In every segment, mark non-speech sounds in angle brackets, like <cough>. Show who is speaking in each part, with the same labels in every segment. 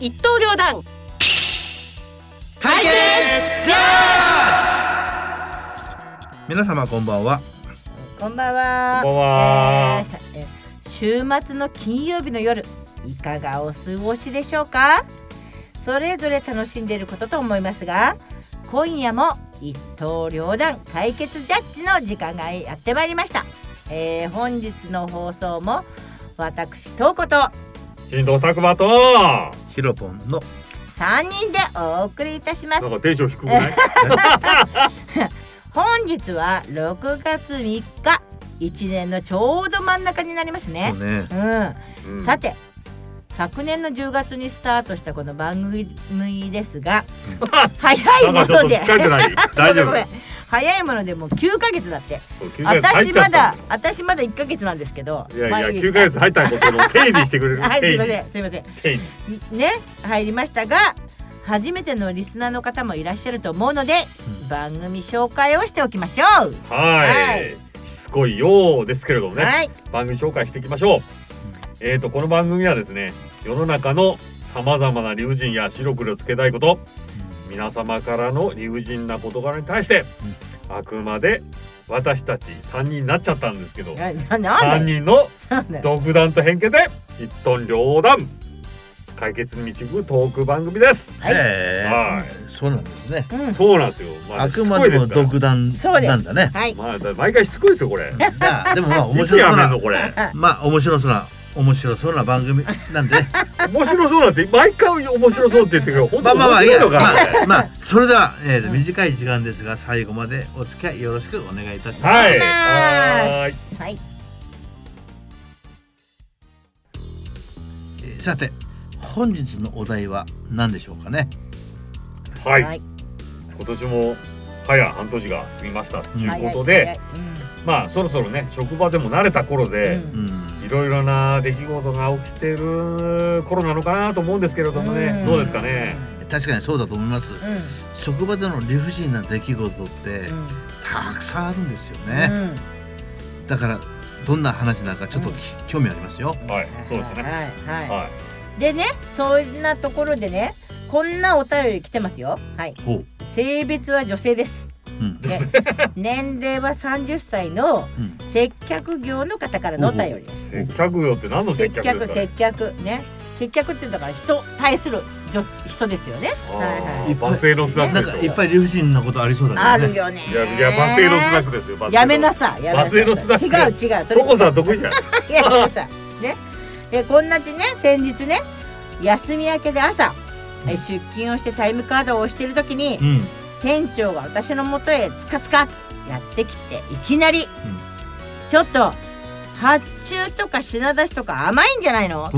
Speaker 1: 一刀両断
Speaker 2: 解決
Speaker 3: 皆様こんばんは
Speaker 1: こんばんは
Speaker 4: こんばんは
Speaker 1: えーえー週末の金曜日の夜いかがお過ごしでしょうかそれぞれ楽しんでいることと思いますが今夜も一刀両断解決ジャッジの時間がやってまいりました、えー本日の放送も私とうこと
Speaker 4: 新藤拓馬とな
Speaker 3: ヒロポンの
Speaker 1: 3人でお送りいたします
Speaker 4: んかテンション低くない
Speaker 1: 本日は6月3日1年のちょうど真ん中になりますね
Speaker 3: そうね
Speaker 1: うん
Speaker 4: う
Speaker 1: <laughs>
Speaker 4: ん
Speaker 1: さて昨年の10月にスタートしたこの番組ですが早いも
Speaker 4: なんかちょ
Speaker 1: の
Speaker 4: っと
Speaker 1: で
Speaker 4: 疲れ
Speaker 1: <laughs>
Speaker 4: てない大丈
Speaker 1: ご
Speaker 4: 夫
Speaker 1: めんごめん早いものでもう9ヶ月だって
Speaker 4: そう9ヶ月入
Speaker 1: 私
Speaker 4: っちゃ
Speaker 1: ま
Speaker 4: った
Speaker 1: だ
Speaker 4: ん
Speaker 1: 私まだ1ヶ月なんですけど
Speaker 4: いやい
Speaker 1: まあ
Speaker 4: や
Speaker 1: いいです
Speaker 4: 9
Speaker 1: か
Speaker 4: ヶ月入ったことの定義してくれ
Speaker 1: <laughs>
Speaker 4: る
Speaker 1: はいすいませ
Speaker 4: 定
Speaker 1: んすいません
Speaker 4: 義定義
Speaker 1: ね入りましたが初めてのリスナーの方もいらっしゃると思うので
Speaker 3: うん
Speaker 1: 番組紹介をしておきましょう
Speaker 4: は
Speaker 1: はい
Speaker 4: しつこいようですけれどもね
Speaker 1: はい
Speaker 4: 番組紹介していきましょう。えー、とこの番組はですね世の中のさまざまな理不尽や白黒つけたいこと皆様からの理不尽な事柄に対して、あくまで私たち3人になっちゃったんですけど
Speaker 1: なななん
Speaker 4: 3
Speaker 1: だよ
Speaker 4: 人の
Speaker 1: なんだよ
Speaker 4: 独断と偏見で一トン両断解決に導くトーク番組です。
Speaker 1: はい
Speaker 3: へー
Speaker 4: は
Speaker 3: そうなんですね
Speaker 1: うん
Speaker 4: そうなんですよ。まあ、
Speaker 3: あ
Speaker 4: し
Speaker 3: く
Speaker 4: つ
Speaker 3: ま
Speaker 4: こい
Speaker 3: で
Speaker 4: で
Speaker 3: も
Speaker 4: すから。
Speaker 3: 独断
Speaker 1: そうです
Speaker 3: なんだね
Speaker 1: はい
Speaker 4: まあだ毎回しつこいですよこれ。
Speaker 3: いやでもまあ面
Speaker 4: いつや
Speaker 3: 白そう
Speaker 4: めん
Speaker 3: な
Speaker 4: のこれ。
Speaker 3: まあ面白そうな面白そうな番組なん
Speaker 1: <laughs>
Speaker 3: でね
Speaker 4: 面白そうなんて毎回面白そうって言ってくるけど本
Speaker 3: まあ
Speaker 4: 当に
Speaker 3: まあま
Speaker 4: 面
Speaker 3: あい
Speaker 4: 白い
Speaker 3: や
Speaker 4: の
Speaker 3: ま
Speaker 4: かな。これ
Speaker 3: あまあそれでは、えー
Speaker 1: うん
Speaker 3: 短い時間ですが最後までお付き合いよろしくお願いいたします、
Speaker 4: はい。
Speaker 1: お願いします
Speaker 4: はーい。
Speaker 1: はい
Speaker 3: えーさて本日のお題は何でしょうかね
Speaker 4: はい
Speaker 1: はい
Speaker 4: 今年も早半年が過ぎましたということで、
Speaker 1: 早い早い
Speaker 4: まあそろそろね職場でも慣れた頃
Speaker 1: う
Speaker 4: で、
Speaker 1: ん
Speaker 3: うん
Speaker 4: いろいろな出来事が起きてる頃なのかなと思うんですけれどもね、
Speaker 1: ん
Speaker 4: どうですかね。
Speaker 3: 確かにそうだと思います
Speaker 1: うん
Speaker 3: 職場での理不尽な出来事って
Speaker 1: うん
Speaker 3: たくさんあるんですよね、だからどんな話なんかちょっとき、興味ありますよ
Speaker 4: はい
Speaker 1: うん、
Speaker 4: そうですね。
Speaker 1: はいは
Speaker 4: はい
Speaker 1: でねそんなところでねこんなお便り来てますよはい
Speaker 3: ほう、
Speaker 1: 性別は女性です
Speaker 3: うん
Speaker 1: ね年齢は30歳の
Speaker 3: うん、
Speaker 1: 接客業の方からのお便りで
Speaker 4: い。
Speaker 1: す
Speaker 4: 接客業って何の接
Speaker 1: 接
Speaker 4: 客
Speaker 1: 客
Speaker 4: ですか、
Speaker 1: 接
Speaker 4: ね。
Speaker 1: 客ね接客ってだから人対する女人ですよね
Speaker 4: あー
Speaker 1: はいはい
Speaker 4: バスへのスナ
Speaker 3: なん
Speaker 4: ックでし
Speaker 3: か
Speaker 4: ょ。
Speaker 3: いっぱい理不尽なことありそう
Speaker 1: あ
Speaker 3: だけど
Speaker 1: る
Speaker 3: ね
Speaker 1: よね
Speaker 4: いやいやバスへのスナックですよ。バスへの
Speaker 1: やめな。さいやめなさい
Speaker 4: バスへのスナッ
Speaker 1: 違う違うそれ
Speaker 4: トコさん得意じゃん。
Speaker 1: いや皆さんねでこんなちね先日ね休み明けで朝え出勤をしてタイムカードを押してる時に
Speaker 3: うん、うん、
Speaker 1: 店長が私の元へつかつかやってきていきなり、ちょっと発注とか品出しとか甘いんじゃないの
Speaker 3: おう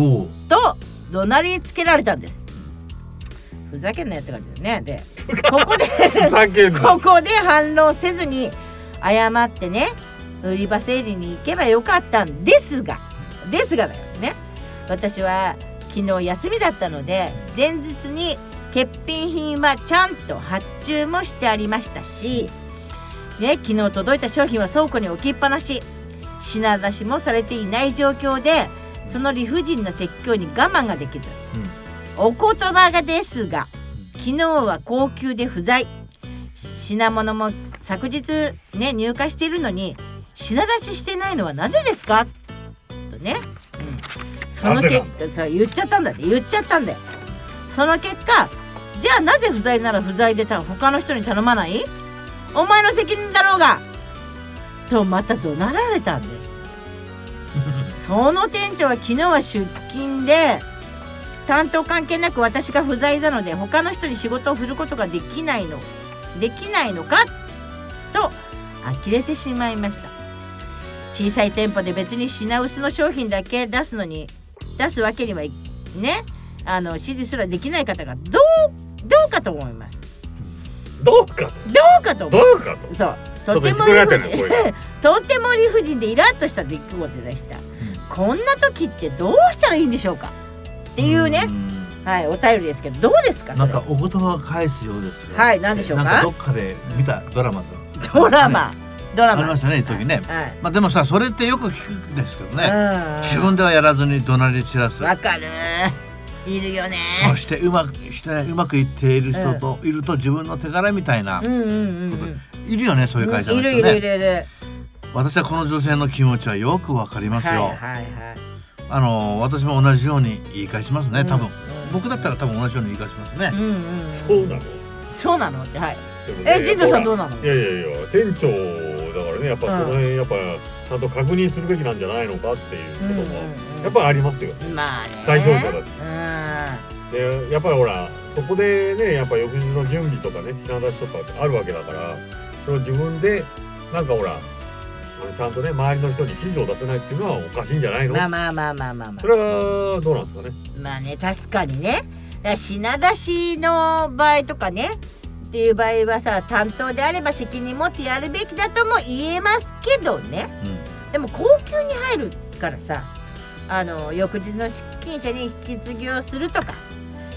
Speaker 1: と怒鳴りつけられたんですふざけんなよって感じだよね
Speaker 3: <laughs>
Speaker 1: でここで
Speaker 4: ふざけん
Speaker 1: <laughs>
Speaker 4: な
Speaker 1: こ。こで反論せずに謝ってね売り場整理に行けばよかったんですがですがだよね私は昨日休みだったので前日に欠品品はちゃんと発注もしてありましたし、ね、昨日届いた商品は倉庫に置きっぱなし品出しもされていない状況でその理不尽な説教に我慢ができず
Speaker 3: うん
Speaker 1: お言葉がですが昨日は高級で不在品物も昨日ね入荷しているのに品出ししてないのはなぜですかとね、うん、その結果さ言っちゃったんだって言っちゃったんだよその結果じゃあなぜ不在なら不在でた他の人に頼まないお前の責任だろうがとまた怒鳴られたん <laughs> ですその店長は昨日は出勤で担当関係なく私が不在なので他の人に仕事を振ることができないのできないのかと呆れてしまいました小さい店舗で別に品薄の商品だけ出すのに出すわけにはいねあの指示すらできない方がどうどうかと思います
Speaker 4: どうか
Speaker 1: どうかと
Speaker 4: とど
Speaker 1: 思う
Speaker 4: うかと。
Speaker 1: そう
Speaker 4: ちょ
Speaker 1: と
Speaker 4: っと
Speaker 1: て
Speaker 4: 引っ
Speaker 1: も
Speaker 4: く
Speaker 1: 理
Speaker 4: り返
Speaker 1: 不
Speaker 4: ってるね
Speaker 1: 尽
Speaker 4: 声が。
Speaker 1: <laughs> とても理不尽でイラッとした出来事でしたこんな時ってどうしたらいいんでしょうかっていうね、はい、お便りですけど、どうですか。
Speaker 3: なんか
Speaker 1: そ
Speaker 3: お言葉を返すようですが
Speaker 1: はい何でしょうか
Speaker 3: なんかどっかで見たドラマだ
Speaker 1: れドラマ、ドラ
Speaker 3: あり
Speaker 1: マ。
Speaker 3: ましたね一時ね
Speaker 1: はい。
Speaker 3: まあでもさそれってよく聞くんですけどね
Speaker 1: うん
Speaker 3: 自分ではやらずに怒鳴り散らす
Speaker 1: わかる。いるよね
Speaker 3: そしてうまくしてうまくいっている人と、いると自分の手柄みたいな、
Speaker 1: うんうんうん
Speaker 3: いるよねそういう
Speaker 1: うん
Speaker 3: 会社の
Speaker 1: い
Speaker 3: 人
Speaker 1: る
Speaker 3: ね、
Speaker 1: いるいるいる
Speaker 3: 私はこの女性の気持ちはよくわかりますよ、
Speaker 1: はいはいはい
Speaker 3: あの私も同じように言い返しますね多分、
Speaker 1: うん
Speaker 3: 僕だったら多分同じように言い返しますね、
Speaker 1: うんうんうん
Speaker 4: そうなの
Speaker 1: そうなのってはい
Speaker 4: でもね
Speaker 1: え神田さんどうなの
Speaker 4: いやいやいや店長だからねやっぱその辺やっぱちゃんと確認するべきなんじゃないのかっていうこともやっぱありますよ。
Speaker 1: まあね
Speaker 4: 代表者だ
Speaker 1: だ
Speaker 4: でやっぱりほらそこでねやっぱ翌日の準備とかね品出しとかあるわけだからそれを自分でなんかほらあのちゃんとね周りの人に指示を出せないっていうのはおかしいんじゃないの、
Speaker 1: まあまあまあまあまあまあ
Speaker 4: それはどうなんですかね
Speaker 1: まあね確かにねだから品出しの場合とかねっていう場合はさ担当であれば責任持ってやるべきだとも言えますけどねでも高級に入るからさあの翌日の出勤者に引き継ぎをするとか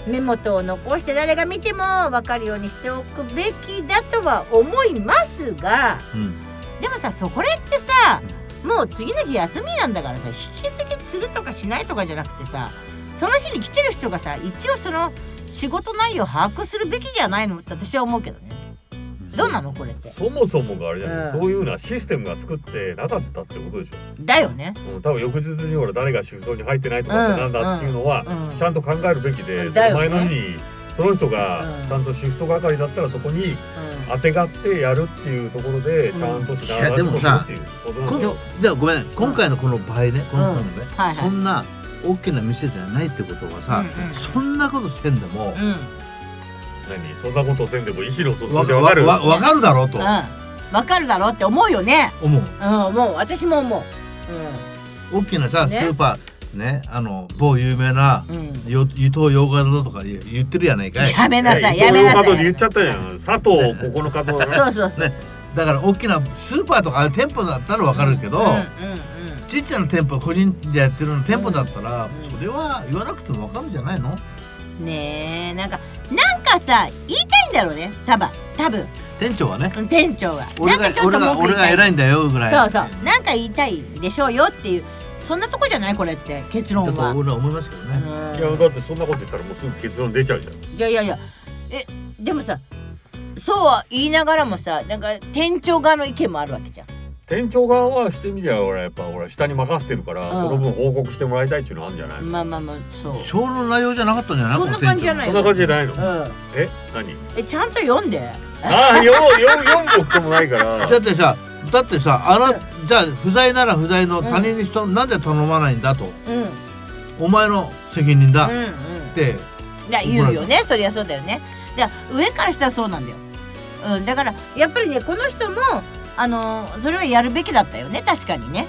Speaker 1: 目元を残して誰が見ても分かるようにしておくべきだとは思いますが
Speaker 3: うんうん
Speaker 1: でもさそこれってさもう次の日休みなんだからさ引き継ぎするとかしないとかじゃなくてさその日に来てる人がさ一応その仕事内容を把握するべきじゃないのって私は思うけどねどうなのこれって
Speaker 4: そもそもがあれじゃない、
Speaker 1: うん
Speaker 4: そういうのはシステムが作ってなかったってことでしょ
Speaker 1: だよね
Speaker 4: うん多分翌日にほら誰がシフトに入ってないとかってなんだっていうのは、
Speaker 1: うん
Speaker 4: ちゃんと考えるべきで、
Speaker 1: だよね
Speaker 4: 前の日にその人が
Speaker 1: うん
Speaker 4: ちゃんとシフト係だったらそこに当てがってやるっていうところで
Speaker 1: う
Speaker 4: ち
Speaker 1: ん
Speaker 4: ゃんとしなが
Speaker 3: いや
Speaker 4: ら
Speaker 3: でもさ
Speaker 4: っていうことなん
Speaker 3: こ
Speaker 4: だ
Speaker 3: ん
Speaker 4: よ
Speaker 3: ではごめん今回のこの場合ねこの今のね、
Speaker 1: はいはい
Speaker 3: そんな大きな店じゃないってことはさ、
Speaker 1: うんうん
Speaker 3: そんなことせんでも、
Speaker 1: うんうんうん
Speaker 4: 何そんなことせんでも意思の疎
Speaker 3: わ
Speaker 4: 通で
Speaker 3: か
Speaker 4: わかる
Speaker 3: わわかるだろうと
Speaker 1: わかるだろうって思うよね
Speaker 3: 思う
Speaker 1: うんもう私も思う
Speaker 3: 大きなさ、
Speaker 1: ね
Speaker 3: スーパーねあの某有名な
Speaker 1: うんうん
Speaker 3: よ伊藤洋華堂とか言言ってるやないかい
Speaker 1: やめなさい
Speaker 4: や
Speaker 1: やめなさ
Speaker 4: 伊藤洋華堂
Speaker 1: い
Speaker 4: で言っちゃったじゃん佐藤9日堂だ
Speaker 1: そ
Speaker 4: ね
Speaker 1: うそうそう
Speaker 3: ねだから大きなスーパーとかああいう店舗だったらわかるけど、
Speaker 1: うんうんうん
Speaker 3: ちっちゃな店舗個人でやってるような店舗だったら、
Speaker 1: うん
Speaker 3: それは言わなくてもわかるんじゃないの
Speaker 1: ねえなんかなんかさ言いたいんだろうね多分多分
Speaker 3: 店長はね
Speaker 1: うん店長がな
Speaker 3: 俺
Speaker 1: んか
Speaker 3: が
Speaker 1: ちょっ
Speaker 3: 俺
Speaker 1: と
Speaker 3: が
Speaker 1: 文句
Speaker 3: 俺
Speaker 1: 言い
Speaker 3: が
Speaker 1: たい
Speaker 3: 偉いんだよぐらい
Speaker 1: そうそうなんか言いたいでしょうよっていうそんなとこじゃないこれって結論
Speaker 3: だ
Speaker 1: は
Speaker 3: と。俺は思いますけどね、
Speaker 4: いうや
Speaker 1: ん
Speaker 4: だってそんなこと言ったらもうすぐ結論出ちゃうじゃん
Speaker 1: いやいやいやえでもさそうは言いながらもさなんか店長側の意見もあるわけじゃん。
Speaker 4: 店長側はしてみりゃ俺やっぱ俺下に任せてるから、
Speaker 1: うん
Speaker 4: その分報告してもらいたいっていうのあるんじゃない、
Speaker 1: まあまあまあそう。
Speaker 3: 小論の内容じゃなかったんじゃない
Speaker 1: そんな感じじゃない
Speaker 4: そんな感じじゃないの、
Speaker 1: うん、
Speaker 4: え何
Speaker 1: えちゃんと読んで。
Speaker 4: ああよよ4億ともないから
Speaker 3: だってさだってさあらじゃあ不在なら不在の他人に人、なんで頼まないんだと
Speaker 1: うんうんうん。
Speaker 3: お前の責任だ、っ
Speaker 1: い
Speaker 3: て
Speaker 1: や言うよねそりゃそうだよね。だから上からしたらそうなんだよ。うん、だからやっぱりねこの人もあのそれはやるべきだったよね確かにね。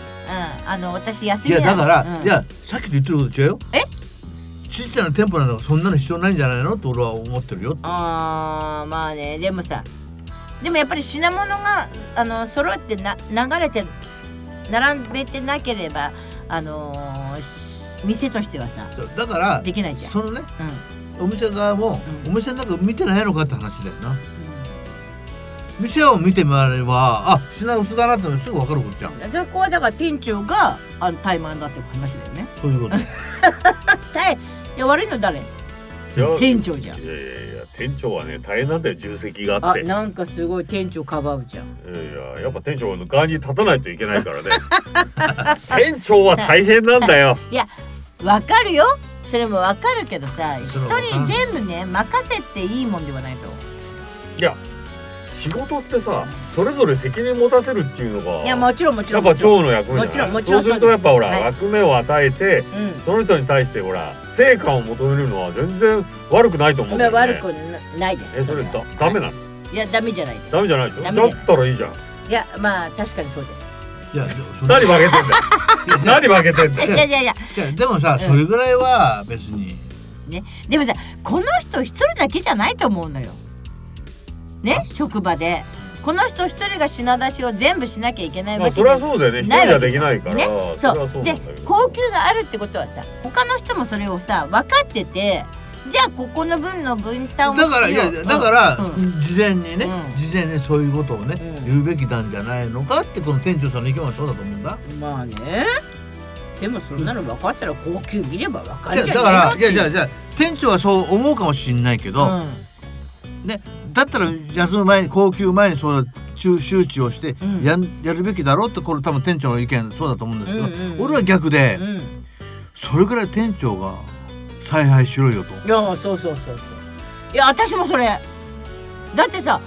Speaker 1: うん、あの私休
Speaker 3: い
Speaker 1: み
Speaker 3: やだから、
Speaker 1: うん
Speaker 3: いやさっきと言ってること違うよ
Speaker 1: え
Speaker 3: ちっちゃな店舗なんだからそんなの必要ないんじゃないのと俺は思ってるよ
Speaker 1: あーまあねでもさでもやっぱり品物があの揃ってな流れて並べてなければあのーし店としてはさ
Speaker 3: そうだから
Speaker 1: できないじゃん。
Speaker 3: そのね
Speaker 1: うん
Speaker 3: お店側も、
Speaker 1: うん
Speaker 3: お店の中見てないのかって話だよな店を見てもらえばあ品薄だなってすぐ分かることじゃん
Speaker 1: そこはだから店長があの怠慢だっていう話だよね。
Speaker 3: そういうこと
Speaker 1: <laughs> たいいや悪いの誰
Speaker 4: いや
Speaker 1: 店長じゃん。
Speaker 4: いやいやいや店長はね大変なんだよ重責があっ
Speaker 1: あ
Speaker 4: ていや
Speaker 1: なんかすごい店長かばうじゃん。
Speaker 4: いややっぱ店長の側に立たないといけないからね <laughs> 店長は大変なんだよ
Speaker 1: わかるよそれもわかるけどさ一
Speaker 3: それはわか
Speaker 1: 人
Speaker 3: んない
Speaker 1: 全部ね任せていいもんではないと思う。
Speaker 4: いや仕事ってさそれぞれ責任持たせるっていうのが
Speaker 1: いやもちろんもちろ
Speaker 4: やっ
Speaker 1: ん。
Speaker 4: ぱ長の役
Speaker 1: も
Speaker 4: 目
Speaker 1: ち
Speaker 4: じ
Speaker 1: ろ
Speaker 4: ゃなんい
Speaker 1: もちろん
Speaker 4: そうするとやっぱほら、
Speaker 1: はい
Speaker 4: 役目を与えて
Speaker 1: うん。
Speaker 4: その人に対してほら成果を求めるのは全然悪くないと思うんだ
Speaker 1: まあ
Speaker 4: よね
Speaker 1: 悪くないです。
Speaker 4: えそれ
Speaker 1: は
Speaker 4: だダメなの
Speaker 1: いやダメじゃないです。
Speaker 4: ダメじゃないでしょ
Speaker 1: ダ
Speaker 4: だ
Speaker 1: メじゃない
Speaker 4: ったらいいじゃん
Speaker 1: いやまあ確かにそうです。
Speaker 3: いやでもその
Speaker 4: 何負けてんだよ何負けてんだよ
Speaker 1: いやいやい <laughs> や
Speaker 3: じゃあでもさ、
Speaker 1: うん
Speaker 3: それぐらいは別に
Speaker 1: でもさこの人一人だけじゃないと思うのよ。ね職場でこの人一人が品出しを全部しなきゃいけない
Speaker 4: ま
Speaker 1: わ
Speaker 4: あ
Speaker 1: け
Speaker 4: それはそうだよね。一人
Speaker 1: ない
Speaker 4: じ
Speaker 1: わ
Speaker 4: ゃ
Speaker 1: け
Speaker 4: で
Speaker 1: じ
Speaker 4: き
Speaker 1: ゃ
Speaker 4: ないから。
Speaker 1: ね、
Speaker 4: それは
Speaker 1: そう
Speaker 4: そうな
Speaker 1: で
Speaker 4: んだけど。
Speaker 1: 高級があるってことはさ他の人もそれをさ分かっててじゃあここの分の分
Speaker 3: だ
Speaker 1: 担をしよう
Speaker 3: からいや
Speaker 1: うん
Speaker 3: だから、
Speaker 1: うん
Speaker 3: 事前にね、
Speaker 1: うん
Speaker 3: 事前にそういうことをね、
Speaker 1: うん
Speaker 3: 言うべきなんじゃないのかってこの店長さんの意見はそうだと思うんだ
Speaker 1: まあねでもそんなの分かったら高級見れば分か
Speaker 3: じゃ
Speaker 1: る
Speaker 3: あ
Speaker 1: じゃ
Speaker 3: だ
Speaker 1: ん
Speaker 3: からいやじゃあじゃあ店長はそう思うかもしれないけど、
Speaker 1: うん
Speaker 3: ね、だったら休む前に高級前にそうだ中周知をして
Speaker 1: うん
Speaker 3: や,、やるべきだろうってこれ多分店長の意見そうだと思うんですけど、
Speaker 1: うんうん
Speaker 3: 俺は逆で、
Speaker 1: うん
Speaker 3: それぐらい店長が采配しろよと。
Speaker 1: いやそうそうそうそういや私もそれだってさ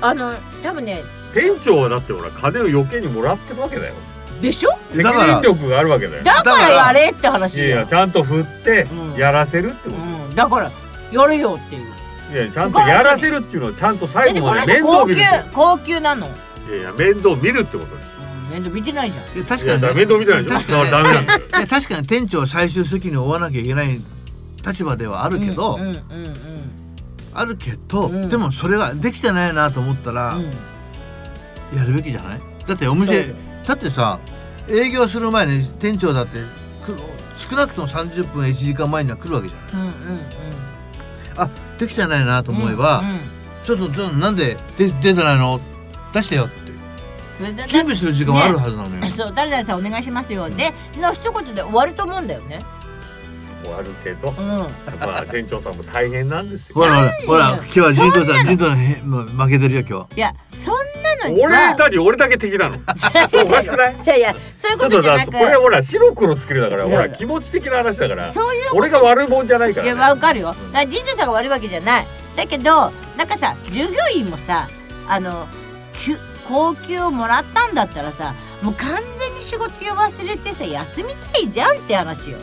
Speaker 1: あの多分ね
Speaker 4: 店長はだってほら金を余計にもらってるわけだよ
Speaker 1: でしょ
Speaker 4: 責
Speaker 3: だから
Speaker 4: 任力があるわけだよ
Speaker 1: だか
Speaker 3: だから
Speaker 1: らやれって話
Speaker 4: いやいやちゃんと振って
Speaker 1: うん
Speaker 4: やらせるってこと、
Speaker 1: うん、だからやるよっていう
Speaker 4: いやちゃんとやらせるっていうのはちゃんと
Speaker 1: だっ
Speaker 4: 最
Speaker 1: て
Speaker 4: 後
Speaker 1: こ
Speaker 4: ま
Speaker 1: れ
Speaker 4: で
Speaker 1: さ
Speaker 4: 面倒
Speaker 1: 高
Speaker 4: を見
Speaker 1: 級
Speaker 4: るってこ
Speaker 1: 高級なの、
Speaker 4: といやいや面倒を見るってことです
Speaker 1: うん、面倒見てないじゃん
Speaker 3: いや
Speaker 4: い
Speaker 3: 確か
Speaker 4: や
Speaker 3: にね、
Speaker 4: だから面倒見てないでしょ
Speaker 3: 確かにね
Speaker 4: だからダメなんだよ
Speaker 3: いや確かに店長を最終責任を負わなきゃいけない立場ではあるけど、
Speaker 1: うんうんうんうん
Speaker 3: あるけど、
Speaker 1: うん
Speaker 3: でもそれができてないなと思ったら、
Speaker 1: うん
Speaker 3: やるべきじゃないだってお
Speaker 1: そう
Speaker 3: 店
Speaker 1: だよ
Speaker 3: だってさ営業する前に店長だって来る少なくとも30分1時間前には来るわけじゃない
Speaker 1: うんうんうん
Speaker 3: できてないなと思えば、
Speaker 1: う
Speaker 3: ちょっとちょっとなんでで出てないの出してよって
Speaker 1: んうんだだ
Speaker 3: 準備する時間はあるはずなのよ、
Speaker 1: そう誰々さんお願いしますよでの一言で終わると思うんだよね
Speaker 4: 終わるけ
Speaker 1: <laughs>
Speaker 4: ど
Speaker 1: うん
Speaker 4: まあ店長さんも大変なんですよ
Speaker 3: ほらほ
Speaker 1: な
Speaker 3: らほら
Speaker 1: んで
Speaker 3: 今日は人道さん人道のへもう負けてるよ今日はい
Speaker 1: やそんなのに
Speaker 4: 俺だり俺だけ敵なのちおかしくない
Speaker 1: いやいやそういう
Speaker 4: ょ
Speaker 1: こと
Speaker 4: っと
Speaker 1: じゃ
Speaker 4: さ
Speaker 1: な
Speaker 4: こ
Speaker 1: く
Speaker 4: れほら白黒つけるだから
Speaker 1: い
Speaker 4: ほ
Speaker 1: や
Speaker 4: ら気持ち的な話だから
Speaker 1: そういう
Speaker 4: 俺が悪いもんじゃないか
Speaker 1: いや
Speaker 4: らね
Speaker 1: わかるよだから神社さんが悪いわけじゃないだけどなんかさ従業員もさあのきゅ高級をもらったんだったらさもう完全に仕事を忘れてさ休みたいじゃんって話よ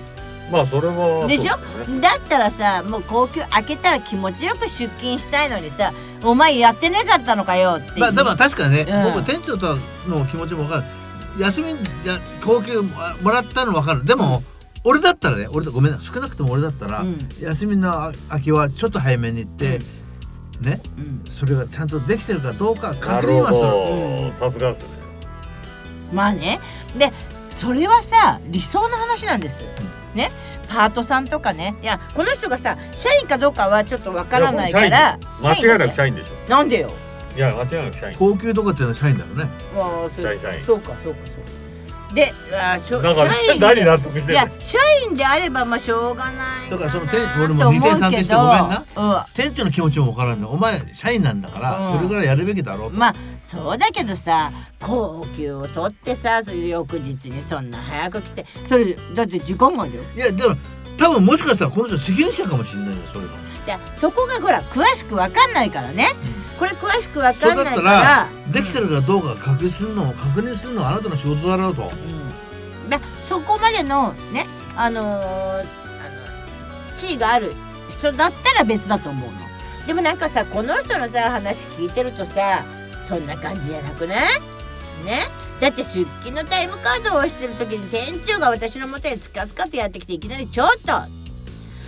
Speaker 4: まあそれは
Speaker 1: でしょ
Speaker 4: そうだね
Speaker 1: だったらさもう高級開けたら気持ちよく出勤したいのにさお前やってなかったのかよっていう
Speaker 3: まあでも確かにね、
Speaker 1: うん
Speaker 3: 僕店長との気持ちも分かる休みや高級ももらったの分かるでも、俺だったらね俺とごめんな少なくとも俺だったら、
Speaker 1: うん
Speaker 3: 休みのあ空きはちょっと早めに行って、ね
Speaker 1: うん
Speaker 3: それがちゃんとできてるかどうか
Speaker 4: な
Speaker 3: 確認
Speaker 4: る
Speaker 3: はする
Speaker 4: ほ
Speaker 1: うん
Speaker 4: どさすがですね
Speaker 1: まあねでそれはさ理想の話なんです、ねパートさんとかねいやこの人がさ社員かどうかはちょっとわからないか
Speaker 4: いや
Speaker 1: ら
Speaker 4: 間違いなく
Speaker 1: 社員
Speaker 4: 社員でしょ
Speaker 1: だよなんでよ
Speaker 4: いや間違いなく社員
Speaker 3: 高級とかっていうのは社員だろうね
Speaker 1: ああ
Speaker 4: 社員社員
Speaker 1: そうかそうかそうかであーしょ
Speaker 4: だから
Speaker 1: 社員
Speaker 4: 何
Speaker 1: で
Speaker 4: 納得
Speaker 1: い
Speaker 4: してる
Speaker 1: や社員であればまあしょうがない
Speaker 3: だからその
Speaker 1: な
Speaker 3: て
Speaker 1: と
Speaker 3: 俺も二転三転してごめんな
Speaker 1: 思うけどうん
Speaker 3: 店長の気持ちも分からんのお前社員なんだから、
Speaker 1: うん
Speaker 3: それぐらいやるべきだろうと、
Speaker 1: まあそうだけどさ高級を取ってさそういう翌日にそんな早く来てそれだって時間外だよ
Speaker 3: いやでも多分もしかしたらこの人責任者かもしれないよそれの
Speaker 1: でそこがほら詳しくわかんないからね、これ詳しくわ
Speaker 3: そ
Speaker 1: か
Speaker 3: うんだ
Speaker 1: な
Speaker 3: っ
Speaker 1: いか
Speaker 3: た
Speaker 1: らら
Speaker 3: できてるかどうか確認するのも確認するのはあなたの仕事だろうと、
Speaker 1: うん、でそこまでのねあのーあの地位がある人だったら別だと思うのでもなんかさこの人のさ話聞いてるとさそんな感じじゃなくないねだって出勤のタイムカードを押してる時に店長が私のもとへつかつかとやってきていきなりちょっと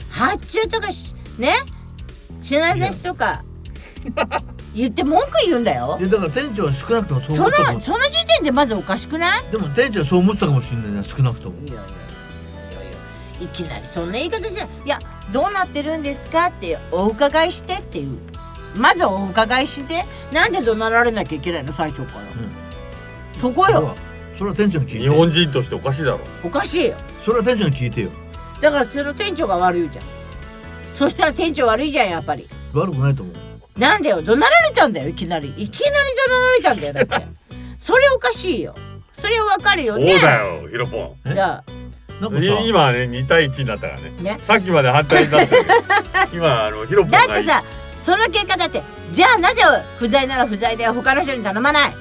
Speaker 1: 発注とかしね品出しとか言って文句言うんだよ
Speaker 3: いやだから店長は少なくともそう
Speaker 1: そ
Speaker 3: 思
Speaker 1: の
Speaker 3: ったかも
Speaker 1: その時点でまずおかしくない
Speaker 3: でも店長はそう思ったかもしれないな少なくとも
Speaker 1: いやいやいやいやいやいきなりそんな言い方じゃいやどうなってるんですかってお伺いしてっていうまずお伺いしてなんで怒鳴られなきゃいけないの最初から、そこ
Speaker 3: それ
Speaker 1: よ
Speaker 3: はそれは店長に聞いて
Speaker 4: 日本人としておかしいだろ
Speaker 1: おかしいよ
Speaker 3: それは店長に聞いてよ
Speaker 1: だからその店長が悪いじゃんそしたら店長悪いじゃんやっぱり
Speaker 3: 悪くないと思う
Speaker 1: なんだよ怒鳴られたんだよいきなりいきなり怒鳴られたんだよだってそれおかしいよそれわかるよ
Speaker 4: そう
Speaker 1: ね
Speaker 4: だよヒロポン
Speaker 1: じゃあ
Speaker 3: なんかさ
Speaker 4: い今はね2対1になったからね
Speaker 1: ね
Speaker 4: さっきまで反対になったけど今あのヒロポンが
Speaker 1: だってさその結果だってじゃあなぜ不在なら不在で他の人に頼まない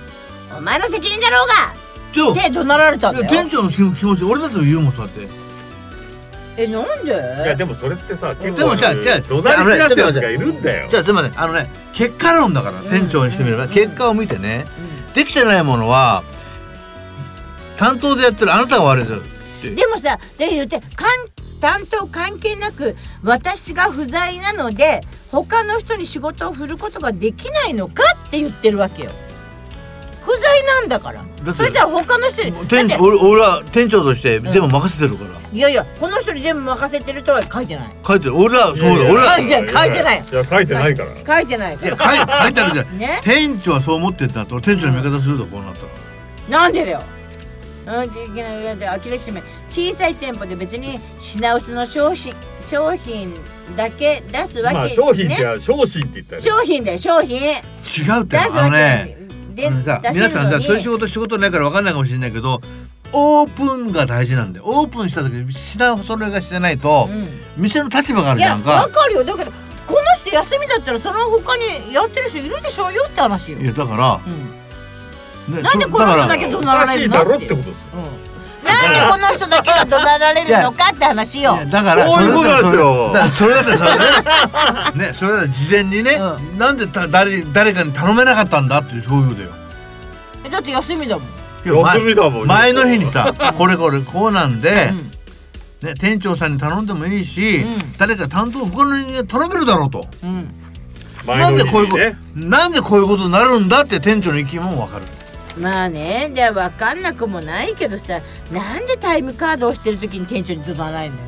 Speaker 1: お前の責任だろうが
Speaker 3: でも
Speaker 1: って怒鳴られたん
Speaker 3: い
Speaker 1: だ
Speaker 3: や
Speaker 1: よ
Speaker 3: 店長の気持ち俺だって言うもんそうやって
Speaker 1: えなんで
Speaker 4: いやでもそれってさ結
Speaker 3: でも
Speaker 4: 構
Speaker 3: じゃあ
Speaker 4: あの
Speaker 3: じゃあ
Speaker 4: 怒鳴り散らすやつがいるんだよ
Speaker 3: じゃあすいませんあのね結果論だから
Speaker 1: うん
Speaker 3: 店長にしてみれば
Speaker 1: うん
Speaker 3: 結果を見てね
Speaker 1: う
Speaker 3: できてないものは担当でやってるあなたが悪いですよ
Speaker 1: んでもさで言ってかん担当関係なく私が不在なので他の人に仕事を振ることができないのかって言ってるわけよ不在なんだから
Speaker 3: って
Speaker 1: それじゃあ他の人にだっ
Speaker 3: 店
Speaker 1: て
Speaker 3: 長俺俺は店長として全部任せてるから
Speaker 1: いやいやこの人に全部任せてるとは書いてない
Speaker 3: 書いてる俺はそうだ俺は
Speaker 1: 書いてない書いてない
Speaker 4: いや書いてないから
Speaker 1: 書いてない
Speaker 3: い
Speaker 1: か
Speaker 3: や書
Speaker 1: ら
Speaker 3: い書いてあるじゃん
Speaker 1: ね
Speaker 3: 店長はそう思ってんだと俺店長の味方するとこうなったら
Speaker 1: なんでだよ。なんでいきなりだって呆れてしまい小さい店舗で別に品薄の商品商品だけ出すわ
Speaker 4: まあ
Speaker 1: けですね、
Speaker 4: 商品って商品って言ったよね
Speaker 1: 商品だよ商品
Speaker 3: 違うっ
Speaker 1: 出
Speaker 3: て
Speaker 1: す
Speaker 3: あ
Speaker 1: わ
Speaker 3: のね
Speaker 1: けで
Speaker 3: あのさ
Speaker 1: 出せるのに
Speaker 3: 皆さんさそういう仕事仕事ないから分かんないかもしれないけどオープンが大事なんでオープンした時に品揃えがしてないと、
Speaker 1: う
Speaker 3: 店の立場があ
Speaker 1: ん、い
Speaker 3: るじ
Speaker 1: や
Speaker 3: ゃん
Speaker 1: わ
Speaker 3: か
Speaker 1: かるよだけどこの人休みだったらその他にやってる人いるでしょうよって話よ
Speaker 3: い、やだから、
Speaker 1: うん
Speaker 3: ね
Speaker 1: なんで
Speaker 3: そ
Speaker 1: この人
Speaker 3: から
Speaker 1: だけど
Speaker 4: お
Speaker 1: 怒鳴ら
Speaker 4: か
Speaker 1: れ
Speaker 4: しい
Speaker 1: る
Speaker 4: だ
Speaker 1: の
Speaker 4: ろってことです
Speaker 1: うん、なんでこの人だけが怒鳴られるのかって話よ
Speaker 3: いやだから
Speaker 4: そういうことなんですよ
Speaker 3: それだったらそれだったらそれねそれだったら事前にね、
Speaker 1: う
Speaker 3: なんでた誰誰かに頼めなかったんだっていうそういうことよ
Speaker 1: えだって休みだもん、
Speaker 3: いや前
Speaker 4: 休みだもん
Speaker 3: 前の日
Speaker 1: <laughs>
Speaker 3: にさこれこれこうなんで、
Speaker 1: うん
Speaker 3: ね、店長さんに頼んでもいいし、
Speaker 1: うん
Speaker 3: 誰か担当他の人間に頼めるだろうと、
Speaker 1: うん、
Speaker 3: な
Speaker 4: 前
Speaker 3: ん
Speaker 4: の
Speaker 3: で
Speaker 4: 日にね
Speaker 3: こういうことなんでこういうことになるんだって店長の意見もわかる
Speaker 1: まあねじゃあ分かんなくもないけどさなんでタイムカードをしてる時に店長に怒鳴らないのよ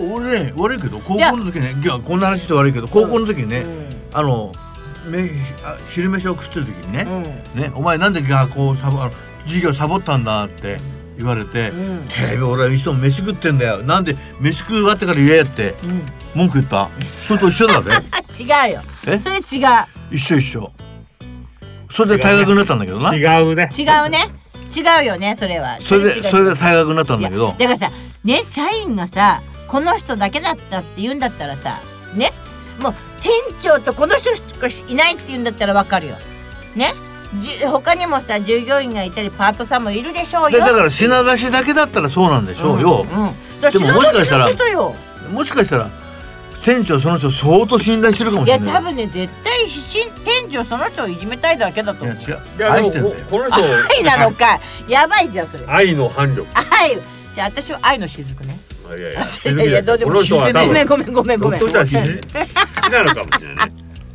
Speaker 3: お俺ね悪いけど高
Speaker 1: いや
Speaker 3: 校の時ねいやこんな話して悪いけど高校の時にね、あのめあ昼飯を食ってる時にね、
Speaker 1: うん
Speaker 3: ね、お前なんで学校サボあの授業サボったんだって言われて、
Speaker 1: うん
Speaker 3: テレビ俺はいつも飯食ってんだよなんで飯食う終わってから言えって
Speaker 1: うん、うん、
Speaker 3: 文句言ったそれと一
Speaker 1: <laughs>
Speaker 3: 緒だね
Speaker 1: あ違うよ
Speaker 3: え
Speaker 1: それ違う
Speaker 3: 一緒一緒それで退学になったんだけどな、
Speaker 4: 違うね
Speaker 1: 違うね違うよねそれは
Speaker 3: それでそれで
Speaker 1: 違う
Speaker 3: 退学になったんだけ
Speaker 1: い
Speaker 3: ど
Speaker 1: やだからさね社員がさこの人だけだったって言うんだったらさねもう店長とこの人しかいないって言うんだったらわかるよねじゅ他にもさ従業員がいたりパートさんもいるでしょう
Speaker 3: で
Speaker 1: よ
Speaker 3: だから品出しだけだったらそうなんでしょうよ、
Speaker 1: うん、だ
Speaker 3: で
Speaker 1: か
Speaker 3: も
Speaker 1: ら
Speaker 3: もしかしたら
Speaker 1: 篠崎のことよ
Speaker 3: もしかしたら店長その人相当信頼してるかも
Speaker 1: い
Speaker 3: しれ
Speaker 1: や
Speaker 3: ない
Speaker 1: 多分ね絶対し店長その人をいじめたいだけだと
Speaker 3: い
Speaker 1: 思
Speaker 3: や
Speaker 1: う
Speaker 3: 違う
Speaker 4: いや
Speaker 3: 愛
Speaker 4: でも
Speaker 3: してんだよ
Speaker 4: ここの人
Speaker 1: 愛なのか <laughs> やばいじゃんそれ
Speaker 4: 愛の反力
Speaker 1: 愛じゃあ私は愛の雫ね
Speaker 4: いやいや
Speaker 1: いやいやどうでも
Speaker 4: この人は多
Speaker 1: ごめん
Speaker 4: 分
Speaker 1: ごめんごめんごめ
Speaker 4: ひょ
Speaker 1: ん
Speaker 4: っとしたらし好きなのかもしれないね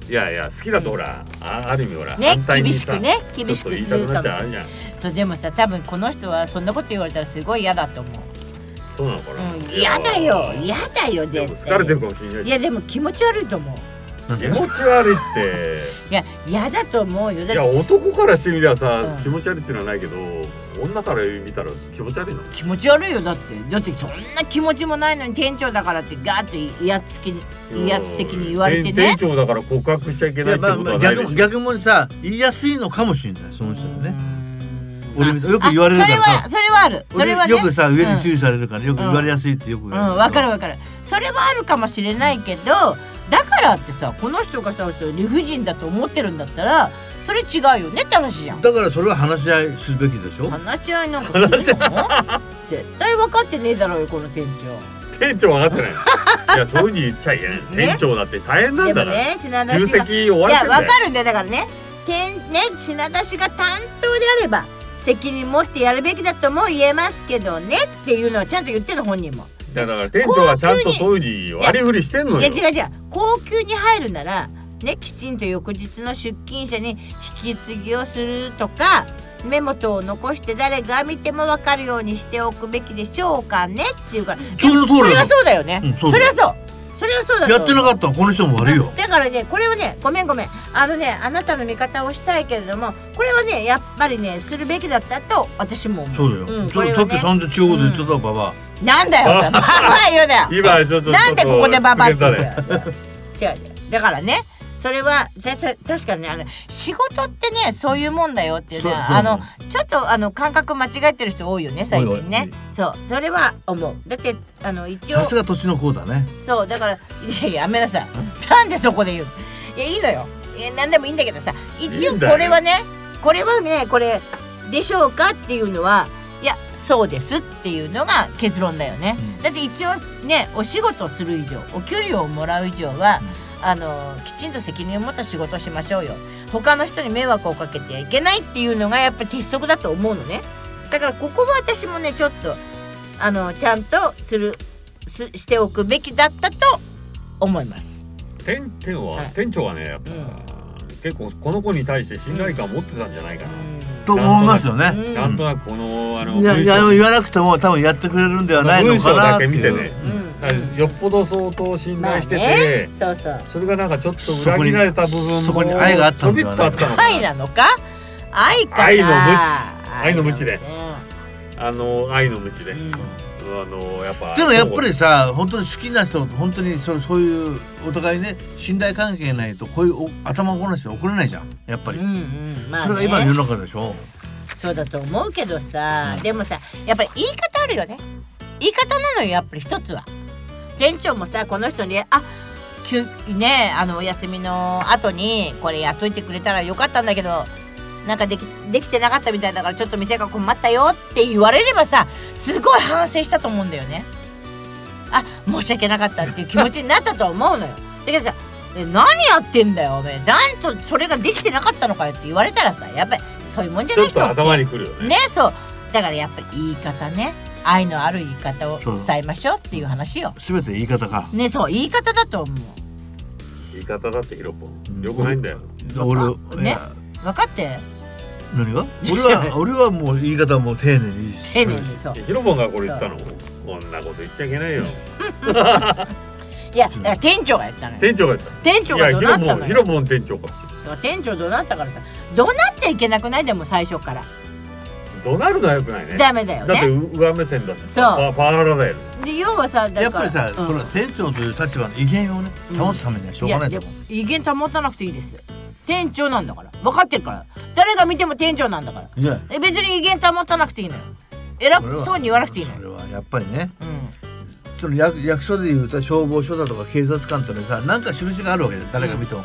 Speaker 4: いやいや好きだとほらあある意味ほら
Speaker 1: ね
Speaker 4: 反対にさ
Speaker 1: 厳しくね
Speaker 4: ちょっ
Speaker 1: 厳しく
Speaker 4: と言いたくなっちゃうあるじゃん
Speaker 1: そうでもさ多分この人はそんなこと言われたらすごい嫌だと思う、
Speaker 4: そうなのか
Speaker 1: う、
Speaker 4: なん
Speaker 1: 嫌だよ嫌だよ
Speaker 4: でも
Speaker 1: 絶対
Speaker 4: 疲れてるかもしれない
Speaker 1: い
Speaker 4: じゃ
Speaker 1: やでも気持ち悪いと思うん
Speaker 3: なん
Speaker 4: 気
Speaker 3: で
Speaker 4: 持ち悪いって
Speaker 1: いや嫌だと思うよだ
Speaker 4: い
Speaker 1: っ
Speaker 4: や
Speaker 1: て
Speaker 4: 男からしてみりゃさ、
Speaker 1: うん
Speaker 4: 気持ち悪いっていうのはないけど女から見たら気持ち悪いの
Speaker 1: 気持ち悪いよだってだってそんな気持ちもないのに店長だからってガーッと威圧的に威圧的に言われてね
Speaker 4: 店店長だから告白しちゃいけ
Speaker 3: い
Speaker 4: ないっ
Speaker 3: や
Speaker 4: てこ
Speaker 3: まあ
Speaker 4: と
Speaker 3: まあ
Speaker 4: はな
Speaker 3: 逆
Speaker 4: いでしょ
Speaker 3: も逆もさ言いやすいのかもしれないその人にね
Speaker 1: うん
Speaker 3: 俺みたいよく言われるから
Speaker 1: あ
Speaker 3: さ
Speaker 1: それはそれはあるそれはね
Speaker 3: よくさ上
Speaker 1: うん
Speaker 3: に注意されるからよく言われやすいってよく
Speaker 1: う
Speaker 3: 言われ
Speaker 1: ん、わかるわかるそれはあるかもしれないけどだからってさこの人がさそう理不尽だと思ってるんだったらそれ違うよねって話じゃん
Speaker 3: だからそれは話し合いすべきでしょ
Speaker 1: 話し合いなんかするの絶対分かってねえだろうよこの店
Speaker 4: 店長分かってないいやそういうふうに言っちゃいけない、
Speaker 1: <laughs> ね
Speaker 4: 店長だって大変
Speaker 1: 長
Speaker 4: な
Speaker 1: でも
Speaker 4: んだから、
Speaker 1: ね品出
Speaker 4: 重
Speaker 1: しが
Speaker 4: 責追わ
Speaker 1: い
Speaker 4: れ
Speaker 1: や
Speaker 4: てんだ
Speaker 1: 分
Speaker 4: よ
Speaker 1: かるんだよだからね店ね品出しが担当であれば責任持ってやるべきだとも言えますけどねっていうのはちゃんと言ってるの本人も
Speaker 4: いやだから店長はちゃんとそういうふうに割り振りしてんの
Speaker 1: い
Speaker 4: よ
Speaker 1: や違う違う高級に入るならねきちんと翌日の出勤者に引き継ぎをするとかメモ等を残して誰が見ても分かるようにしておくべきでしょうかねっていうから
Speaker 3: その通
Speaker 1: そ
Speaker 3: り
Speaker 1: れ
Speaker 3: だ
Speaker 1: は
Speaker 3: よ
Speaker 1: そうだよね、
Speaker 3: うん
Speaker 1: そ
Speaker 3: そうだ
Speaker 1: れ
Speaker 3: よ
Speaker 1: はそうそれはそうだと
Speaker 3: や
Speaker 1: 思う
Speaker 3: ってなかったのこの人も悪いよ
Speaker 1: だからねこれはねごめんごめんあのねあなたの味方をしたいけれどもこれはねやっぱりねするべきだったと私も思う
Speaker 3: そうだ
Speaker 1: う
Speaker 3: よ
Speaker 1: ん
Speaker 3: ちょ
Speaker 1: これは
Speaker 3: さ
Speaker 1: ね
Speaker 3: っきさんと違うこと言ってたババ
Speaker 1: なんだよ
Speaker 3: <laughs>
Speaker 1: ババア言うなよ
Speaker 4: 今ちょっと
Speaker 1: なんでここでババアって
Speaker 4: ちょ
Speaker 1: 言
Speaker 4: っ
Speaker 1: う
Speaker 4: と
Speaker 1: ん
Speaker 4: 失
Speaker 1: だ
Speaker 4: 言だね
Speaker 1: よ <laughs> 違う違うだからねそれはたた確かにねあの仕事ってねそういうもんだよっていうね
Speaker 3: そうそう
Speaker 1: あのちょっとあの感覚間違えてる人多いよね最近ねそ
Speaker 3: 多い
Speaker 1: うそれは思うだってあの一応
Speaker 3: さすが年の子だね
Speaker 1: そうだからいややめなさいなんでそこで言うのいやいいのよいや何でもいいんだけどさ一
Speaker 4: いい
Speaker 1: 応
Speaker 4: んだよ
Speaker 1: これはねこれはねこれでしょうかっていうのはいやそうですっていうのが結論だよね、
Speaker 3: うん
Speaker 1: だって一応ねお仕事をする以上お給料をもらう以上は、あのきちんと責任を持った仕事をしましょうよ他の人に迷惑をかけてはいけないっていうのがやっぱり鉄則だと思うのねだからここは私もねちょっとあのちゃんとするすしておくべきだったと思います。
Speaker 4: 店店は、
Speaker 1: はい
Speaker 4: 店長はねやっぱ、結構この子に対して信頼感持ってたんじゃないかな、
Speaker 3: と思いますよね
Speaker 1: うん
Speaker 4: ちゃんとなくこのあの
Speaker 3: いや
Speaker 4: 文
Speaker 3: いや
Speaker 4: 章
Speaker 3: 言わなくても多分やってくれるんではないの
Speaker 4: 文
Speaker 3: か
Speaker 4: 章
Speaker 3: なっ
Speaker 4: だ
Speaker 3: て
Speaker 4: け
Speaker 3: い
Speaker 4: 見て
Speaker 3: う
Speaker 4: ね、
Speaker 1: うん
Speaker 4: だからよっぽど相当信頼してて、
Speaker 1: まあねそうそう。
Speaker 4: それがなんかちょっと裏切られた部分も
Speaker 3: そこにそこに愛があったんではない
Speaker 4: ちょびっとあったのか
Speaker 1: 愛なのか愛かな
Speaker 4: 愛の無知愛の無知で
Speaker 1: うん
Speaker 4: あの愛の無知で、
Speaker 1: うん
Speaker 4: あのやっぱ
Speaker 3: でもやっぱりさ本当に好きな人本当にそうそういうお互いね信頼関係ないとこういうお頭ごなしは怒れないじゃんやっぱり、
Speaker 1: うんうんまあ、
Speaker 3: そ
Speaker 1: ね、
Speaker 3: れが今の世の中でしょ
Speaker 1: そうだと思うけどさ、
Speaker 3: うん
Speaker 1: でもさやっぱり言い方あるよね言い方なのよやっぱり一つは店長もさこの人にあ休ねあのお休みの後にこれやっといてくれたらよかったんだけどなんかできできてなかったみたいだからちょっと店が困ったよって言われればさすごい反省したと思うんだよねあ申し訳なかったっていう気持ちになったとは思うのよだけどさえ何やってんだよおめえなんとそれができてなかったのかよって言われたらさやっぱりそういうもんじゃ
Speaker 4: ち
Speaker 1: な
Speaker 4: ょ
Speaker 1: い
Speaker 4: っ
Speaker 1: 人
Speaker 4: と
Speaker 1: って
Speaker 4: 頭にくるよね
Speaker 1: ねそうだからやっぱり言い方ね愛のある言い方を伝えましょうっていう話よ
Speaker 3: 全て言い方か
Speaker 1: ねそう言い方だと思う
Speaker 4: 言い方だってヒロポ
Speaker 3: ん
Speaker 4: ンよくないんだよ
Speaker 3: 俺
Speaker 1: わか
Speaker 3: い
Speaker 1: ね
Speaker 3: や
Speaker 1: 分かって
Speaker 3: 何が
Speaker 1: <laughs>
Speaker 3: 俺は俺はもう言い方はもう丁寧に
Speaker 1: 丁寧にそう
Speaker 4: ヒロポンがこれ言ったのこんなこと言っちゃいけないよ
Speaker 1: いやだから店長がやったのよ
Speaker 4: 店長が言っ
Speaker 1: 店
Speaker 4: た
Speaker 1: 長
Speaker 4: い
Speaker 1: が怒
Speaker 4: やヒ
Speaker 1: 鳴
Speaker 4: ロ
Speaker 1: った
Speaker 4: ポ
Speaker 1: の
Speaker 4: ンヒ
Speaker 1: よ
Speaker 4: ロポン店長か
Speaker 1: だから店長怒鳴ったからさ怒鳴っちゃいけなくないでも最初から
Speaker 4: 怒鳴るのはよくないねだ
Speaker 1: ダメだよ
Speaker 4: って
Speaker 1: ね
Speaker 4: う上目線だし
Speaker 1: そう
Speaker 4: パパワハラだよ
Speaker 1: で要はさだ
Speaker 3: やっ
Speaker 1: か
Speaker 3: ぱ
Speaker 1: ら
Speaker 3: りさ、
Speaker 1: うん
Speaker 3: それは店長という立場の威厳をね
Speaker 1: うん
Speaker 3: 保つためにはしょうがないと思
Speaker 1: や
Speaker 3: う、
Speaker 1: でも威厳保たなくていいです店長なんだから分かってるから誰が見ても店長なんだから
Speaker 3: いや
Speaker 1: え別に威厳保たなくていいのよ偉
Speaker 3: それは
Speaker 1: そうに言わなくていいの
Speaker 3: それ
Speaker 1: よ、
Speaker 3: はやっぱりね
Speaker 1: うん
Speaker 3: その役役所でいうと消防署だとか警察官とかさなんか印があるわけだよ誰が見ても、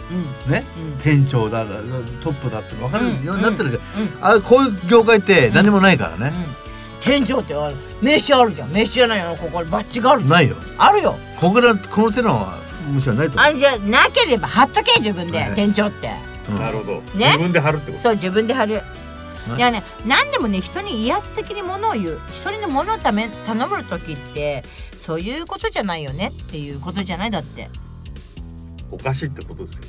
Speaker 1: う
Speaker 3: ね
Speaker 1: んうん
Speaker 3: 店長だだトップだって分かるようになってるけど、
Speaker 1: うんうん
Speaker 3: あこういう業界って何もないからね、
Speaker 1: 店長ってある名刺あるじゃん名刺じゃないのここにバッジがあるじゃん
Speaker 3: ないよ
Speaker 1: あるよ
Speaker 3: こぐらこの手のはむしろないと思
Speaker 1: あれじゃなければ貼っとけ自分で、
Speaker 3: はい
Speaker 1: 店長って
Speaker 3: う、うん
Speaker 4: なるほど
Speaker 1: ね
Speaker 4: 自分で貼るってこと
Speaker 1: そう自分で貼る
Speaker 3: はい
Speaker 1: いやね何でもね人に威圧的に物を言う人に物をため頼む時ってそういうことじゃないよねっていうことじゃないだって <laughs>
Speaker 4: おかしいってことですよ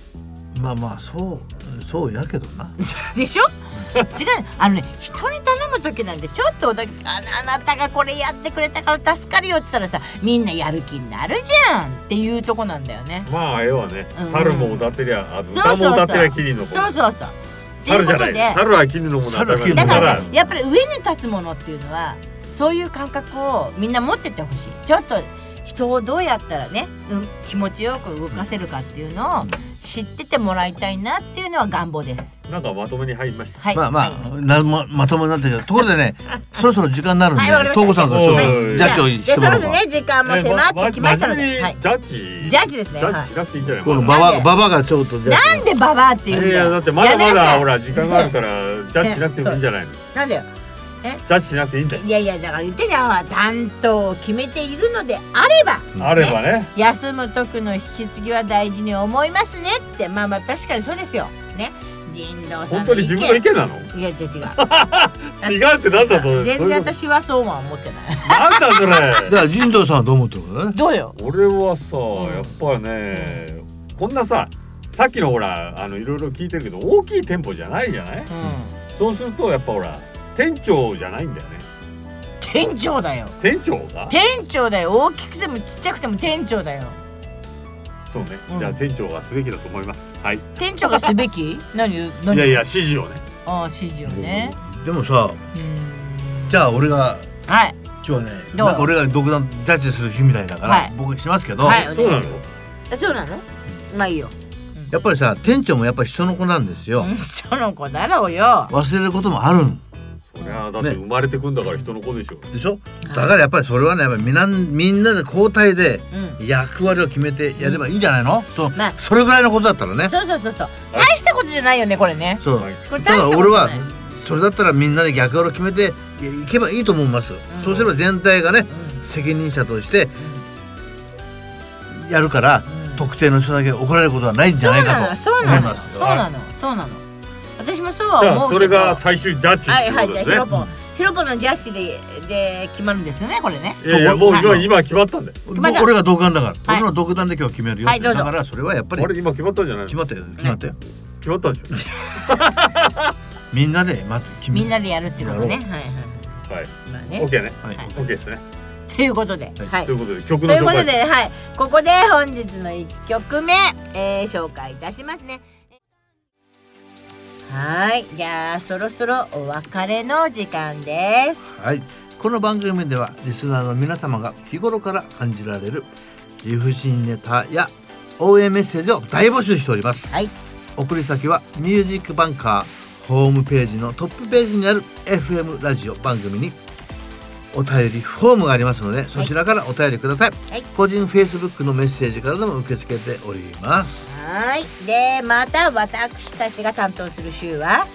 Speaker 3: まあまあそうそうやけどな
Speaker 1: でしょ違うあのね人に頼む時なんてちょっとおだけああなたがこれやってくれたから助かるよって言ったらさみんなやる気になるじゃんっていうとこなんだよね
Speaker 4: まあ絵はね
Speaker 1: うん
Speaker 4: 猿も歌ってりゃあ
Speaker 1: そうそう
Speaker 4: 豚
Speaker 1: そう
Speaker 4: も歌ってりゃキリンの子
Speaker 1: そうそうそう
Speaker 4: 猿じゃない
Speaker 1: ということで
Speaker 4: 猿はキリンのもの
Speaker 3: 猿はキリン
Speaker 1: だ
Speaker 3: の
Speaker 1: か
Speaker 3: もの
Speaker 1: らさやっぱり上に立つものっていうのはそういう感覚をみんな持ってってほしいちょっと人をどうやったらね、うん、気持ちよく動かせるかっていうのを知っててもらいたいなっていうのは願望です
Speaker 4: なんかまとめに入りました
Speaker 1: はい
Speaker 3: まあ
Speaker 1: は
Speaker 3: まあなままともになってきたところでねそろそろ時間になるんで
Speaker 1: はいわかりました
Speaker 3: 東郷さんからちょ
Speaker 4: はい
Speaker 3: っとジャッジを
Speaker 1: いで
Speaker 3: して
Speaker 1: そ
Speaker 3: も
Speaker 1: ろ
Speaker 3: ら
Speaker 1: そ
Speaker 3: おう
Speaker 1: ろ
Speaker 3: か
Speaker 1: ね時間も
Speaker 4: え
Speaker 1: 迫ってきましたので、
Speaker 4: 真面
Speaker 1: は
Speaker 4: 目
Speaker 1: い
Speaker 4: に、ジャッジ
Speaker 1: ジャッジですね
Speaker 4: ジャ
Speaker 1: は
Speaker 4: ッ
Speaker 1: い
Speaker 4: ジしなくていいんじゃない
Speaker 3: この
Speaker 4: か
Speaker 3: バ
Speaker 4: な
Speaker 1: なん
Speaker 3: バ
Speaker 1: で
Speaker 3: ババがちょっとじゃあ
Speaker 1: なんでババアって
Speaker 4: い
Speaker 1: 言う
Speaker 4: や
Speaker 1: ん
Speaker 4: い
Speaker 1: だ
Speaker 4: やだ
Speaker 1: よ
Speaker 4: ってまだま
Speaker 1: やめなさ
Speaker 4: だ
Speaker 1: い
Speaker 4: ほら時間があるからジャッジしなくてもいいんじゃないのジ
Speaker 1: なんだよ
Speaker 4: ャッジしなくていいんだよ
Speaker 1: いやいやだから言ってんじゃんほら担当を決めているのであれば
Speaker 4: あればね
Speaker 1: 休む時の引き継ぎは大事に思いますねってまあまあ確かにそうですよね人道さ
Speaker 4: 本
Speaker 1: ん
Speaker 4: 当
Speaker 1: の
Speaker 4: に
Speaker 1: 意
Speaker 4: 自
Speaker 1: 見
Speaker 4: 分の意見なの
Speaker 1: いや違う違
Speaker 4: 違うってなんだと
Speaker 1: う全然私はそうは思ってない
Speaker 4: なんだそ
Speaker 3: だ
Speaker 4: れ
Speaker 3: から神道さんはどう思ってるの
Speaker 1: どうよ
Speaker 4: <laughs> 俺はさ
Speaker 1: うん
Speaker 4: やっぱねこんなささっきのほらあのいろいろ聞いてるけど大きい店舗じゃないじゃない
Speaker 1: うん
Speaker 4: そうするとやっぱほら店長じゃないんだよね
Speaker 1: 店長だよ
Speaker 4: 店長が
Speaker 1: 店長だよ大きくてもちっちゃくても店長だよ
Speaker 4: そうね
Speaker 1: うん
Speaker 4: じゃあ店長がすべきだと思いますはいい
Speaker 1: 店長がすべ
Speaker 4: <laughs>
Speaker 1: き何何
Speaker 4: やいや指示をね
Speaker 1: ああ指示をね
Speaker 3: でもさ
Speaker 1: うん
Speaker 3: じゃあ俺が
Speaker 1: はい
Speaker 3: 今日ね
Speaker 1: どう
Speaker 3: なんか俺が独断ジャッジする日みたいだから、
Speaker 1: はい
Speaker 3: 僕しますけど、
Speaker 1: はい
Speaker 4: そうなの
Speaker 1: えそうなのまあいいよ
Speaker 3: やっぱりさ店長もやっぱり人の子なんですよ、
Speaker 1: うんその子だろうよ
Speaker 3: 忘れることもあるん
Speaker 4: そりゃだって生まれてくんだから人の子でしょ
Speaker 3: でしょだからやっぱりそれはねやっぱみんなみんなで交代で
Speaker 1: うん
Speaker 3: 役割を決めてやればいいんじゃないの、そう
Speaker 1: まあ
Speaker 3: それぐらいのことだったらね
Speaker 1: そうそうそうそう大したことじゃないよねこれね
Speaker 3: そう
Speaker 4: はい
Speaker 1: これ
Speaker 3: だ
Speaker 1: 大し
Speaker 3: から
Speaker 1: たこと
Speaker 3: 俺は
Speaker 1: ない
Speaker 3: それだったらみんなで役割を決めていいけばいいと思います、そうすれば全体がね責任者としてやるから
Speaker 1: うん
Speaker 3: 特定の人だけ怒られることはないんじゃないかと
Speaker 1: そう
Speaker 3: 思
Speaker 1: ないの
Speaker 3: ま
Speaker 1: よ
Speaker 3: す
Speaker 1: そうなのそうなのそうなの私もそう
Speaker 4: じ
Speaker 1: は
Speaker 4: ゃ
Speaker 1: 思う
Speaker 4: あそ
Speaker 1: けど
Speaker 4: れが最終ジャッジっ
Speaker 1: はいは
Speaker 4: て
Speaker 1: い
Speaker 4: こ
Speaker 1: じゃあヒロ
Speaker 4: とですね
Speaker 1: ポンヒロポンのジャッジでで決まるんですよねこれね
Speaker 4: いやいや
Speaker 3: そ
Speaker 4: も
Speaker 3: う
Speaker 4: う
Speaker 1: は
Speaker 4: 今
Speaker 1: い
Speaker 4: 今決まったんだよ
Speaker 1: まだ
Speaker 3: 俺が独断だから、
Speaker 1: はい
Speaker 3: 俺の独断で今日決めるよ、
Speaker 1: はいどうぞ
Speaker 3: だからそれはやっぱり
Speaker 4: あれ今決まったんじゃないの
Speaker 3: 決まったよ決まったよ、
Speaker 4: 決まったんでし
Speaker 3: みんなでまず決め
Speaker 1: み
Speaker 3: る
Speaker 1: んなでやるっていうことねはいはい
Speaker 4: ょはい
Speaker 1: まあね
Speaker 4: オッケーね
Speaker 3: はい、
Speaker 4: オッケーですね
Speaker 1: ということではい
Speaker 4: ということで曲
Speaker 1: と
Speaker 4: の
Speaker 1: いう
Speaker 4: 紹
Speaker 1: こと
Speaker 4: 介
Speaker 1: ではいここで本日の一曲目、えー、紹介いたしますねはいじゃあそろそろお別れの時間です
Speaker 3: はいこの番組ではリスナーの皆様が日頃から感じられる理不尽ネタや応援メッセージを大募集しております、
Speaker 1: はい
Speaker 3: 送り先はミュージックバンカーホームページのトップページにある FM ラジオ番組にお便りフォームがありますのでそちらからお便りください、
Speaker 1: はい
Speaker 3: 個人 Facebook のメッセージからでも受け付けております
Speaker 1: はいでまた私たちが担当する週は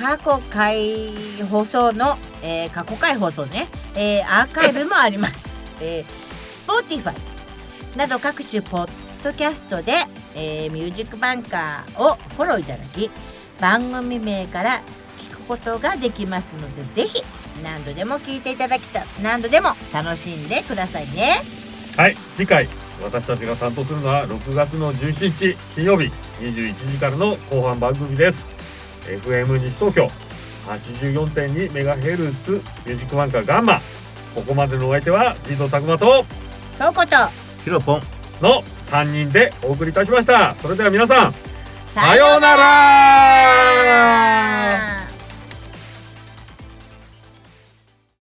Speaker 1: 過去回放送の、えー過去回放送ね、えーアーカイブもあります、 <laughs> えー、Spotify など各種ポッドキャストで、えーミュージックバンカーをフォローいただき番組名から聞くことができますのでぜひ何度でも聞いていただきた何度でも楽しんでくださいね
Speaker 4: はい次回私たちが担当するのは6月の17日金曜日21時からの後半番組です FM 西東京 84.2MHz ミュージックバンカーガンマここまでのお相手は水戸拓磨と
Speaker 1: とうこと
Speaker 3: ヒロポン
Speaker 4: の3人でお送りいたしましたそれでは皆さん
Speaker 1: さようなら
Speaker 4: ら